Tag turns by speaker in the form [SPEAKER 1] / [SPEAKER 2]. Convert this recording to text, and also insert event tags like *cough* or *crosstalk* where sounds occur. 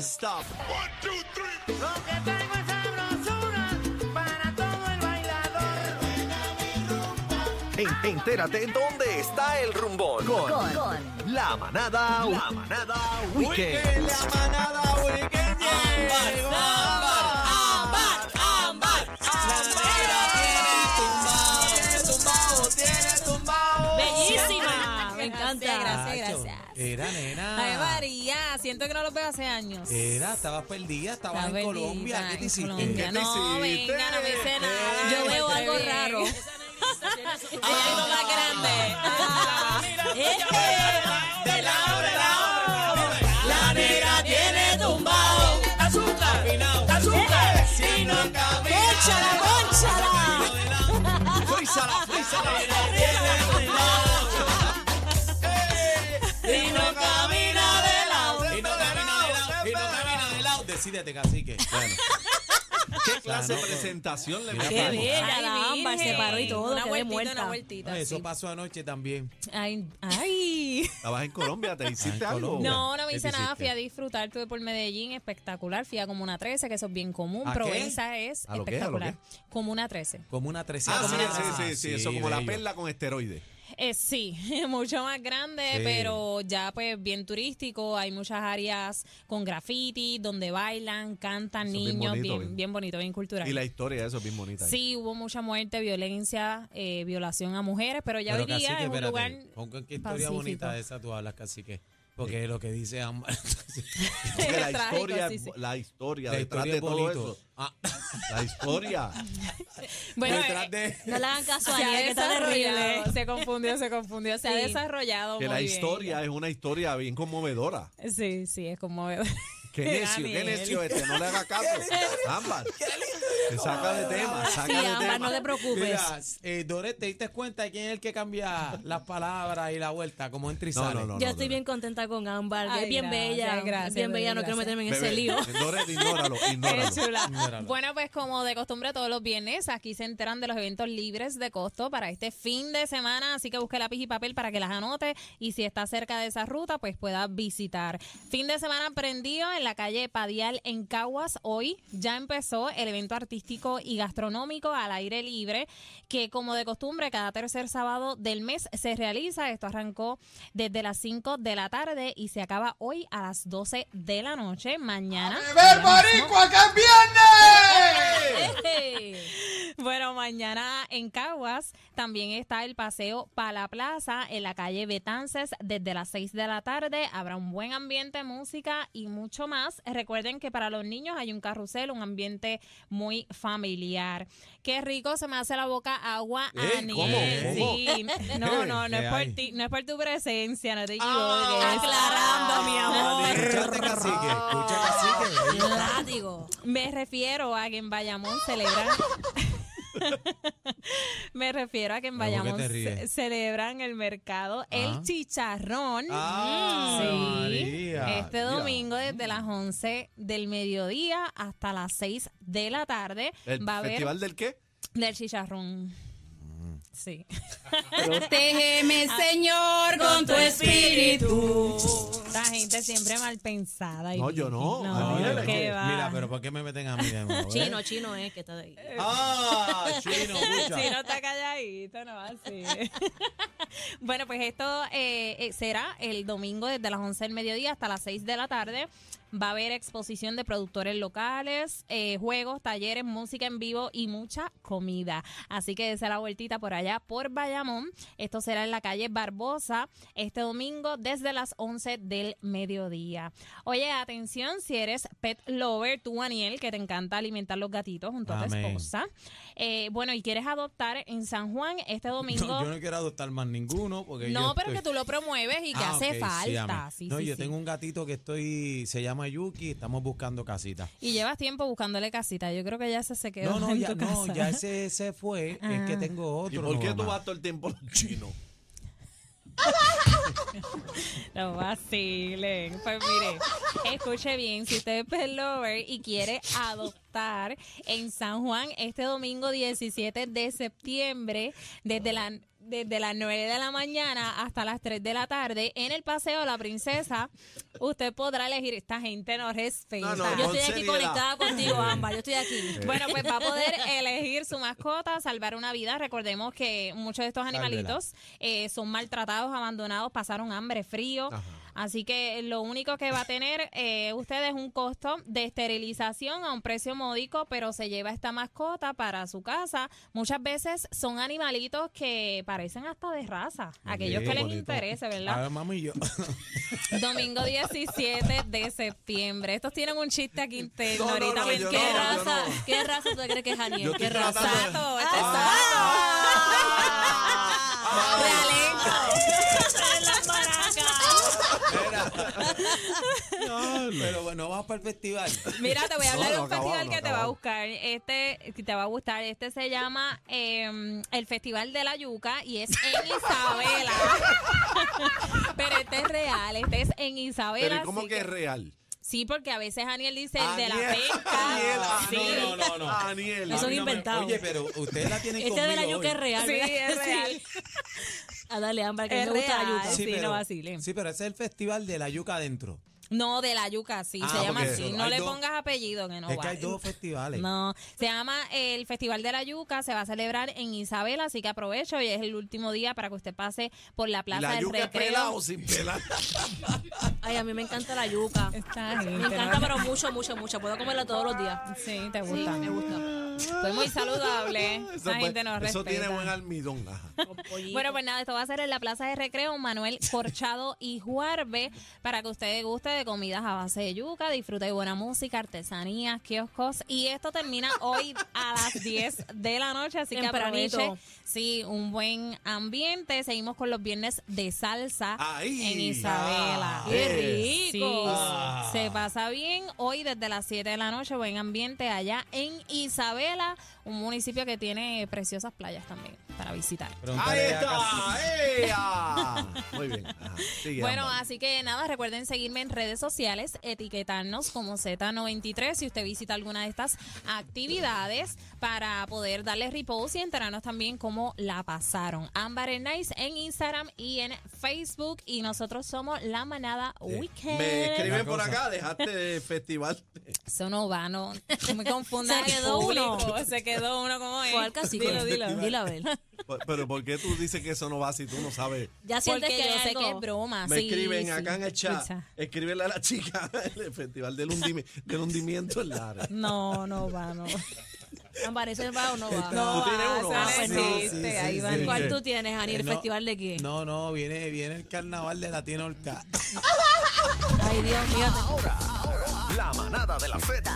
[SPEAKER 1] stop.
[SPEAKER 2] Lo que traigo es sabrosura para todo el bailador.
[SPEAKER 3] En- entérate dónde está el rumbón. Con,
[SPEAKER 4] con
[SPEAKER 3] la manada, la manada Weekend.
[SPEAKER 1] Weekend, la manada weekend. Llegó. La mera tiene tumbao, tiene tumbao.
[SPEAKER 4] *laughs*
[SPEAKER 5] Bellísima. Me encanta.
[SPEAKER 4] Gracias, gracias,
[SPEAKER 5] Tacho,
[SPEAKER 4] gracias.
[SPEAKER 5] Era, nena.
[SPEAKER 4] Ay, María, siento que no los veo hace años.
[SPEAKER 5] Era, estabas perdida, estabas
[SPEAKER 4] Estaba
[SPEAKER 5] Eh, en
[SPEAKER 4] perdida
[SPEAKER 5] Colombia. ¿Qué
[SPEAKER 4] en
[SPEAKER 5] te hiciste?
[SPEAKER 4] Colombia.
[SPEAKER 5] ¿Qué te
[SPEAKER 4] No,
[SPEAKER 3] hiciste?
[SPEAKER 4] venga, no me hice nada.
[SPEAKER 5] Eh,
[SPEAKER 4] Yo veo
[SPEAKER 5] me
[SPEAKER 4] algo
[SPEAKER 5] atreví.
[SPEAKER 4] raro. *laughs* algo más grande. Ah,
[SPEAKER 1] De la hora, de la hora. La negra tiene tumbao. Azúcar, Eh. azúcar. Si no camina.
[SPEAKER 4] ¡Cónchala, cónchala!
[SPEAKER 1] Frízala, frízala. Y no camina de lado.
[SPEAKER 5] Y no camina de lado, y no camina de lado. Decídete, cacique.
[SPEAKER 4] *laughs*
[SPEAKER 5] Bueno.
[SPEAKER 3] ¿Qué clase
[SPEAKER 5] O sea, no,
[SPEAKER 3] de presentación le
[SPEAKER 5] Mira
[SPEAKER 3] metí?
[SPEAKER 4] ¡Qué
[SPEAKER 5] pa' Vamos.
[SPEAKER 4] bella
[SPEAKER 5] Ay,
[SPEAKER 4] la ámbar! Se
[SPEAKER 5] Virgen.
[SPEAKER 4] paró y todo.
[SPEAKER 6] Una
[SPEAKER 4] quedé
[SPEAKER 6] vueltita,
[SPEAKER 4] muerta.
[SPEAKER 6] una vueltita.
[SPEAKER 5] No, pues eso
[SPEAKER 6] sí.
[SPEAKER 5] pasó anoche también.
[SPEAKER 4] Ay, ay.
[SPEAKER 3] Estabas en Colombia, te hiciste
[SPEAKER 5] Ah, en
[SPEAKER 3] algo.
[SPEAKER 5] Colombia.
[SPEAKER 4] No, no me
[SPEAKER 5] ¿Qué
[SPEAKER 4] hice
[SPEAKER 5] te
[SPEAKER 4] nada.
[SPEAKER 5] hiciste?
[SPEAKER 4] Fui a disfrutar. Estuve por Medellín, espectacular. Fui a como una 13, que eso es bien común.
[SPEAKER 5] ¿A qué?
[SPEAKER 4] Provenza es
[SPEAKER 3] ¿A lo qué? ¿A lo
[SPEAKER 4] espectacular. Como una 13.
[SPEAKER 5] Como una trecena.
[SPEAKER 3] Ah, sí, sí, sí, sí, eso como la
[SPEAKER 5] perla.
[SPEAKER 3] perla con esteroides.
[SPEAKER 4] Eh, sí, *laughs* mucho más grande,
[SPEAKER 5] Sí.
[SPEAKER 4] pero ya pues bien turístico. Hay muchas áreas con graffiti, donde bailan, cantan
[SPEAKER 3] Eso es bien
[SPEAKER 4] niños, bien
[SPEAKER 3] bonito,
[SPEAKER 4] bonito, bien,
[SPEAKER 3] bien-
[SPEAKER 4] bonito, bien cultural.
[SPEAKER 3] Y la historia de eso es bien bonita.
[SPEAKER 4] Sí, hubo mucha muerte, violencia, eh, violación a mujeres, pero ya
[SPEAKER 5] Pero
[SPEAKER 4] hoy día
[SPEAKER 5] cacique,
[SPEAKER 4] es un
[SPEAKER 5] espérate,
[SPEAKER 4] lugar
[SPEAKER 3] Oh.
[SPEAKER 5] ¿Con con qué historia
[SPEAKER 4] pacífico.
[SPEAKER 5] bonita esa tú hablas, cacique? Porque lo que dice *laughs* Ámbar.
[SPEAKER 3] Porque la
[SPEAKER 4] Trágico,
[SPEAKER 3] historia,
[SPEAKER 4] sí, sí.
[SPEAKER 3] la historia
[SPEAKER 5] la
[SPEAKER 3] detrás
[SPEAKER 5] historia
[SPEAKER 3] de
[SPEAKER 5] es
[SPEAKER 3] todo
[SPEAKER 5] bonito.
[SPEAKER 3] eso.
[SPEAKER 5] Ah,
[SPEAKER 3] La historia.
[SPEAKER 4] Bueno,
[SPEAKER 5] detrás
[SPEAKER 4] eh,
[SPEAKER 5] de.
[SPEAKER 6] No le hagan caso a
[SPEAKER 4] se ha
[SPEAKER 6] Aniel, que está terrible.
[SPEAKER 4] desarrollado, se confundió, se confundió, se ha
[SPEAKER 6] Sí.
[SPEAKER 4] desarrollado
[SPEAKER 3] que
[SPEAKER 4] muy
[SPEAKER 3] la
[SPEAKER 4] bien.
[SPEAKER 3] historia es una historia bien conmovedora.
[SPEAKER 4] Sí, sí, es como...
[SPEAKER 3] Qué necio, qué
[SPEAKER 4] Daniel.
[SPEAKER 3] necio este, no le haga caso. Ámbar. Te saca de tema,
[SPEAKER 6] Sí,
[SPEAKER 3] saca de Ah, tema.
[SPEAKER 6] Ámbar, no te preocupes.
[SPEAKER 5] *laughs* Mira, eh, Doret, ¿te diste cuenta de quién es el que cambia las palabras y la vuelta? Como entra y
[SPEAKER 3] No,
[SPEAKER 5] sale.
[SPEAKER 3] no, no.
[SPEAKER 6] Yo
[SPEAKER 3] no,
[SPEAKER 6] estoy
[SPEAKER 3] Doret.
[SPEAKER 6] bien contenta con Ámbar.
[SPEAKER 4] Ay,
[SPEAKER 6] es bien
[SPEAKER 4] gracias,
[SPEAKER 6] bella.
[SPEAKER 4] gracias,
[SPEAKER 6] bien bella, no
[SPEAKER 4] gracias.
[SPEAKER 6] quiero meterme en
[SPEAKER 3] Bebé,
[SPEAKER 6] ese
[SPEAKER 3] *laughs*
[SPEAKER 6] lío.
[SPEAKER 3] Doret, ignóralo,
[SPEAKER 4] Qué
[SPEAKER 3] ignóralo.
[SPEAKER 4] chula.
[SPEAKER 5] Ignóralo.
[SPEAKER 4] Bueno, pues como de costumbre todos los viernes, aquí se enteran de los eventos libres de costo para este fin de semana, así que busque lápiz y papel para que las anote y si está cerca de esa ruta, pues pueda visitar. Fin de semana prendido en la calle Padial en Caguas. Hoy ya empezó el evento artístico y gastronómico al aire libre, que como de costumbre cada tercer sábado del mes se realiza. Esto arrancó desde las 5 de la tarde y se acaba hoy a las 12 de la noche. Mañana. mañana mismo- bueno, mañana en Caguas también está el paseo para la plaza en la calle Betances desde las 6 de la tarde. Habrá un buen ambiente, música y mucho más. Recuerden que para los niños hay un carrusel, un ambiente muy familiar. Qué rico se me hace la boca agua,
[SPEAKER 3] Ey,
[SPEAKER 4] Aniel.
[SPEAKER 3] ¿cómo? ¿Cómo?
[SPEAKER 4] Sí. No, no, no
[SPEAKER 5] ¿Qué
[SPEAKER 4] es por
[SPEAKER 5] hay?
[SPEAKER 4] ti, no es por tu presencia, no te equivoques.
[SPEAKER 6] Ah, aclarando, mi amor.
[SPEAKER 5] Escuchate, cacique. Escucha,
[SPEAKER 4] Ah.
[SPEAKER 5] cacique.
[SPEAKER 6] Látigo.
[SPEAKER 4] Me refiero a que en Bayamón celebran. *laughs* Me refiero a que en
[SPEAKER 5] Pero, ¿por qué
[SPEAKER 4] Bayamón
[SPEAKER 5] te
[SPEAKER 4] ce-
[SPEAKER 5] ríes?
[SPEAKER 4] celebran el mercado
[SPEAKER 5] Ah.
[SPEAKER 4] El Chicharrón. Mm,
[SPEAKER 5] Ah,
[SPEAKER 4] Sí.
[SPEAKER 5] María,
[SPEAKER 4] este
[SPEAKER 5] mira.
[SPEAKER 4] domingo desde las 11 del mediodía hasta las 6 de la tarde
[SPEAKER 3] ¿El
[SPEAKER 4] va a haber Eh.
[SPEAKER 3] festival del qué?
[SPEAKER 4] del chicharrón.
[SPEAKER 5] Mm.
[SPEAKER 4] Sí. *laughs* Ah.
[SPEAKER 6] Protégeme, Señor, con tu espíritu.
[SPEAKER 4] La gente siempre mal pensada. y
[SPEAKER 3] No, yo no.
[SPEAKER 4] No,
[SPEAKER 3] Daniel,
[SPEAKER 5] es
[SPEAKER 3] ¿qué
[SPEAKER 5] que-
[SPEAKER 4] que Ah, va.
[SPEAKER 5] Ah, Mira, pero ¿por qué me meten a mí de nuevo? eh?
[SPEAKER 6] Chino, chino es que está ahí.
[SPEAKER 3] Eh,
[SPEAKER 4] *laughs*
[SPEAKER 5] Ah, chino, escucha.
[SPEAKER 4] Si no está calladito, no va así. *laughs* bueno, pues esto eh, eh, será el domingo desde las 11 del mediodía hasta las 6 de la tarde. Va a haber exposición de productores locales, eh, juegos, talleres, música en vivo y mucha comida. Así que dése la vueltita por allá, por Bayamón. Esto será en la calle Barbosa este domingo desde las 11 del mediodía. Oye, atención, si eres pet lover, tú, Aniel, que te encanta alimentar los gatitos junto a tu
[SPEAKER 5] Amén.
[SPEAKER 4] esposa. Eh, bueno, y quieres adoptar en San Juan este domingo.
[SPEAKER 5] *laughs* No,
[SPEAKER 4] No,
[SPEAKER 5] yo no quiero adoptar más ninguno porque yo
[SPEAKER 4] pero
[SPEAKER 5] estoy-
[SPEAKER 4] que tú lo promueves y que
[SPEAKER 5] Ah,
[SPEAKER 4] hace
[SPEAKER 5] ok, sí,
[SPEAKER 4] falta.
[SPEAKER 5] amén.
[SPEAKER 4] Sí,
[SPEAKER 5] no,
[SPEAKER 4] sí,
[SPEAKER 5] yo
[SPEAKER 4] sí.
[SPEAKER 5] tengo un gatito que estoy, se llama Yuki, estamos buscando casita.
[SPEAKER 4] Y llevas tiempo buscándole casita. Yo creo que ya se, se quedó
[SPEAKER 5] No, no,
[SPEAKER 4] en
[SPEAKER 5] ya,
[SPEAKER 4] tu
[SPEAKER 5] no,
[SPEAKER 4] casa.
[SPEAKER 5] ya ese, ese fue, es que
[SPEAKER 4] Ah.
[SPEAKER 5] tengo
[SPEAKER 3] ¿Y
[SPEAKER 5] otro.
[SPEAKER 3] por qué tú
[SPEAKER 5] mamá.
[SPEAKER 3] vas todo el tiempo a los chinos?
[SPEAKER 4] *laughs* No vacilen. Pues mire, escuche bien, si usted es pet lover y quiere adoptar en San Juan este domingo 17 de septiembre, desde la desde las 9 de la mañana hasta las 3 de la tarde en el Paseo de la Princesa. Usted podrá elegir. Esta gente no
[SPEAKER 3] No,
[SPEAKER 4] respeta.
[SPEAKER 3] Eh, no,
[SPEAKER 6] Yo
[SPEAKER 3] con
[SPEAKER 6] estoy aquí
[SPEAKER 3] seriedad.
[SPEAKER 6] conectada contigo, Ámbar. Yo estoy aquí.
[SPEAKER 4] Bueno, pues
[SPEAKER 3] *laughs*
[SPEAKER 4] va a poder elegir su mascota, salvar una vida. Recordemos que muchos de estos
[SPEAKER 5] Sálvela.
[SPEAKER 4] animalitos eh, son maltratados, abandonados, pasaron hambre, frío.
[SPEAKER 5] Ajá.
[SPEAKER 4] Así que lo único que va a tener eh, usted es un costo de esterilización a un precio módico, pero se lleva esta mascota para su casa. Muchas veces son animalitos que parecen hasta de raza, aquellos
[SPEAKER 5] Sí,
[SPEAKER 4] que les
[SPEAKER 5] bonito.
[SPEAKER 4] interese, ¿verdad?
[SPEAKER 5] A
[SPEAKER 3] Ah.
[SPEAKER 5] ver, mami, yo.
[SPEAKER 4] Domingo 17 de septiembre. Estos tienen un chiste aquí
[SPEAKER 3] No,
[SPEAKER 4] interno
[SPEAKER 3] no,
[SPEAKER 4] ahorita.
[SPEAKER 3] no,
[SPEAKER 4] me
[SPEAKER 3] yo
[SPEAKER 6] ¿Qué
[SPEAKER 3] no,
[SPEAKER 4] entero.
[SPEAKER 3] yo
[SPEAKER 6] raza?
[SPEAKER 3] no.
[SPEAKER 6] ¿Qué raza tú crees que es
[SPEAKER 3] Yo
[SPEAKER 6] Aniel?
[SPEAKER 3] estoy
[SPEAKER 6] ¿Qué raza?
[SPEAKER 3] tratando-
[SPEAKER 4] Sato, este es
[SPEAKER 3] Ah.
[SPEAKER 6] *laughs*
[SPEAKER 5] Pero no vas para
[SPEAKER 4] *laughs*
[SPEAKER 5] el festival.
[SPEAKER 4] Mira, te voy a hablar
[SPEAKER 3] No,
[SPEAKER 4] de
[SPEAKER 3] lo
[SPEAKER 4] un festival
[SPEAKER 3] acabaron,
[SPEAKER 4] que
[SPEAKER 3] lo
[SPEAKER 4] te va a
[SPEAKER 3] acabaron.
[SPEAKER 4] buscar. Este que te va a gustar. Este se llama eh, el Festival de la Yuca y es en Isabela. *laughs* Pero este es real, este es en Isabela.
[SPEAKER 7] Pero ¿y cómo
[SPEAKER 4] así
[SPEAKER 7] que es real?
[SPEAKER 4] Sí, porque a veces Aniel dice el de la
[SPEAKER 3] Aniel,
[SPEAKER 4] pesca.
[SPEAKER 3] Aniel, ah,
[SPEAKER 4] sí.
[SPEAKER 5] No, no, no, no.
[SPEAKER 7] Ah, Aniel.
[SPEAKER 6] Eso
[SPEAKER 5] A mí
[SPEAKER 6] es
[SPEAKER 5] no me-
[SPEAKER 6] inventado.
[SPEAKER 5] Oye, pero ustedes la tienen
[SPEAKER 6] Este de la
[SPEAKER 5] conmigo
[SPEAKER 6] yuca es
[SPEAKER 5] hoy.
[SPEAKER 6] real.
[SPEAKER 4] *laughs* Sí,
[SPEAKER 6] ¿verdad?
[SPEAKER 4] es real.
[SPEAKER 6] A darle hambre, que a mí
[SPEAKER 4] Es
[SPEAKER 6] me gusta la
[SPEAKER 4] real.
[SPEAKER 6] yuca.
[SPEAKER 4] Sí, no vacilen.
[SPEAKER 5] Sí, pero ese es el festival de la yuca adentro.
[SPEAKER 4] No, de la yuca, sí,
[SPEAKER 5] Ah,
[SPEAKER 4] se llama
[SPEAKER 5] porque
[SPEAKER 4] así.
[SPEAKER 5] eso,
[SPEAKER 4] No
[SPEAKER 5] hay
[SPEAKER 4] le
[SPEAKER 5] dos-
[SPEAKER 4] pongas apellido que no
[SPEAKER 5] es que hay
[SPEAKER 4] vale.
[SPEAKER 5] dos festivales.
[SPEAKER 4] No, se llama el Festival de la Yuca, se va a celebrar en Isabela, así que aprovecho y es el último día para que usted pase por la Plaza
[SPEAKER 7] La
[SPEAKER 4] del
[SPEAKER 7] yuca es pelada
[SPEAKER 4] Recreo.
[SPEAKER 7] o sin pelar.
[SPEAKER 6] Ay, a mí me encanta la yuca.
[SPEAKER 4] Está
[SPEAKER 6] Me encanta, pero mucho, mucho, mucho. Puedo comerla todos los días.
[SPEAKER 4] Sí, te
[SPEAKER 6] Sí,
[SPEAKER 4] gusta.
[SPEAKER 6] me gusta.
[SPEAKER 4] Fue muy saludable.
[SPEAKER 7] Eso
[SPEAKER 4] La
[SPEAKER 7] fue-
[SPEAKER 4] gente nos
[SPEAKER 7] Eso tiene buen
[SPEAKER 4] respeta.
[SPEAKER 7] almidón. ajá.
[SPEAKER 6] Con pollito.
[SPEAKER 4] Bueno, pues nada, esto va a ser en la Plaza de Recreo,
[SPEAKER 6] *laughs*
[SPEAKER 4] Manuel Corchado y Juarbe, para que usted guste de comidas a base de yuca, disfrute de buena música, artesanías, kioscos. Y esto termina hoy a
[SPEAKER 6] *laughs*
[SPEAKER 4] las 10 de la noche, así que
[SPEAKER 6] Tempranito.
[SPEAKER 4] aproveche. Sí, un buen ambiente. Seguimos con los viernes de salsa
[SPEAKER 7] Ahí.
[SPEAKER 4] en Isabela.
[SPEAKER 7] Ah, ¡Qué
[SPEAKER 6] rico!
[SPEAKER 4] Sí,
[SPEAKER 6] Ah.
[SPEAKER 4] Se pasa bien hoy desde las 7 de la noche, buen ambiente allá en Isabela, un municipio que tiene preciosas playas también para visitar.
[SPEAKER 7] Ahí
[SPEAKER 5] Pregúntale a Cacique.
[SPEAKER 7] está. ¡Ea! Muy bien. ajá. Sigue,
[SPEAKER 4] Bueno,
[SPEAKER 7] Ámbar.
[SPEAKER 4] así que nada, recuerden seguirme en redes sociales, etiquetarnos como Z93 si usted visita alguna de estas actividades para poder darle repost y enterarnos también cómo la pasaron. Ámbar en Nice en Instagram y en Facebook y nosotros somos La Manada Weekend.
[SPEAKER 7] Me escriben
[SPEAKER 5] Una
[SPEAKER 7] por
[SPEAKER 5] cosa.
[SPEAKER 7] acá, dejaste festival. *laughs*
[SPEAKER 4] Eso no va, no, no me *laughs* confundan.
[SPEAKER 6] Se quedó
[SPEAKER 4] el
[SPEAKER 6] uno.
[SPEAKER 4] público, Se quedó uno, ¿cómo es?
[SPEAKER 6] ¿Cuál cacique?
[SPEAKER 4] Dilo, dilo.
[SPEAKER 6] Dilo a ver.
[SPEAKER 7] Por- Pero ¿por qué tú dices que eso no va si tú no sabes?
[SPEAKER 6] Ya sientes
[SPEAKER 4] Porque
[SPEAKER 6] que
[SPEAKER 4] yo
[SPEAKER 6] hay
[SPEAKER 4] sé que es
[SPEAKER 6] algo.
[SPEAKER 4] broma.
[SPEAKER 7] Me
[SPEAKER 4] Ah, sí,
[SPEAKER 7] escriben
[SPEAKER 4] sí.
[SPEAKER 7] acá en el chat.
[SPEAKER 4] Escucha.
[SPEAKER 7] Escríbele a la chica *laughs* del festival del, hundimi- del hundimiento en la área.
[SPEAKER 4] No, no va, no.
[SPEAKER 6] Ámbar, ¿ese va o no va?
[SPEAKER 7] ¿Tú tienes
[SPEAKER 4] va,
[SPEAKER 7] uno?
[SPEAKER 4] eso
[SPEAKER 7] *laughs* Ah,
[SPEAKER 4] no
[SPEAKER 6] pues no.
[SPEAKER 4] existe,
[SPEAKER 5] Sí, sí,
[SPEAKER 4] ahí
[SPEAKER 5] sí,
[SPEAKER 4] va.
[SPEAKER 5] sí.
[SPEAKER 6] ¿Cuál tú tienes, Ani? ¿El
[SPEAKER 5] Eh, No.
[SPEAKER 6] festival de qué?
[SPEAKER 5] No, no, viene, viene el carnaval de Latino Orca.
[SPEAKER 6] Ay, Dios mío.
[SPEAKER 3] La manada de la Z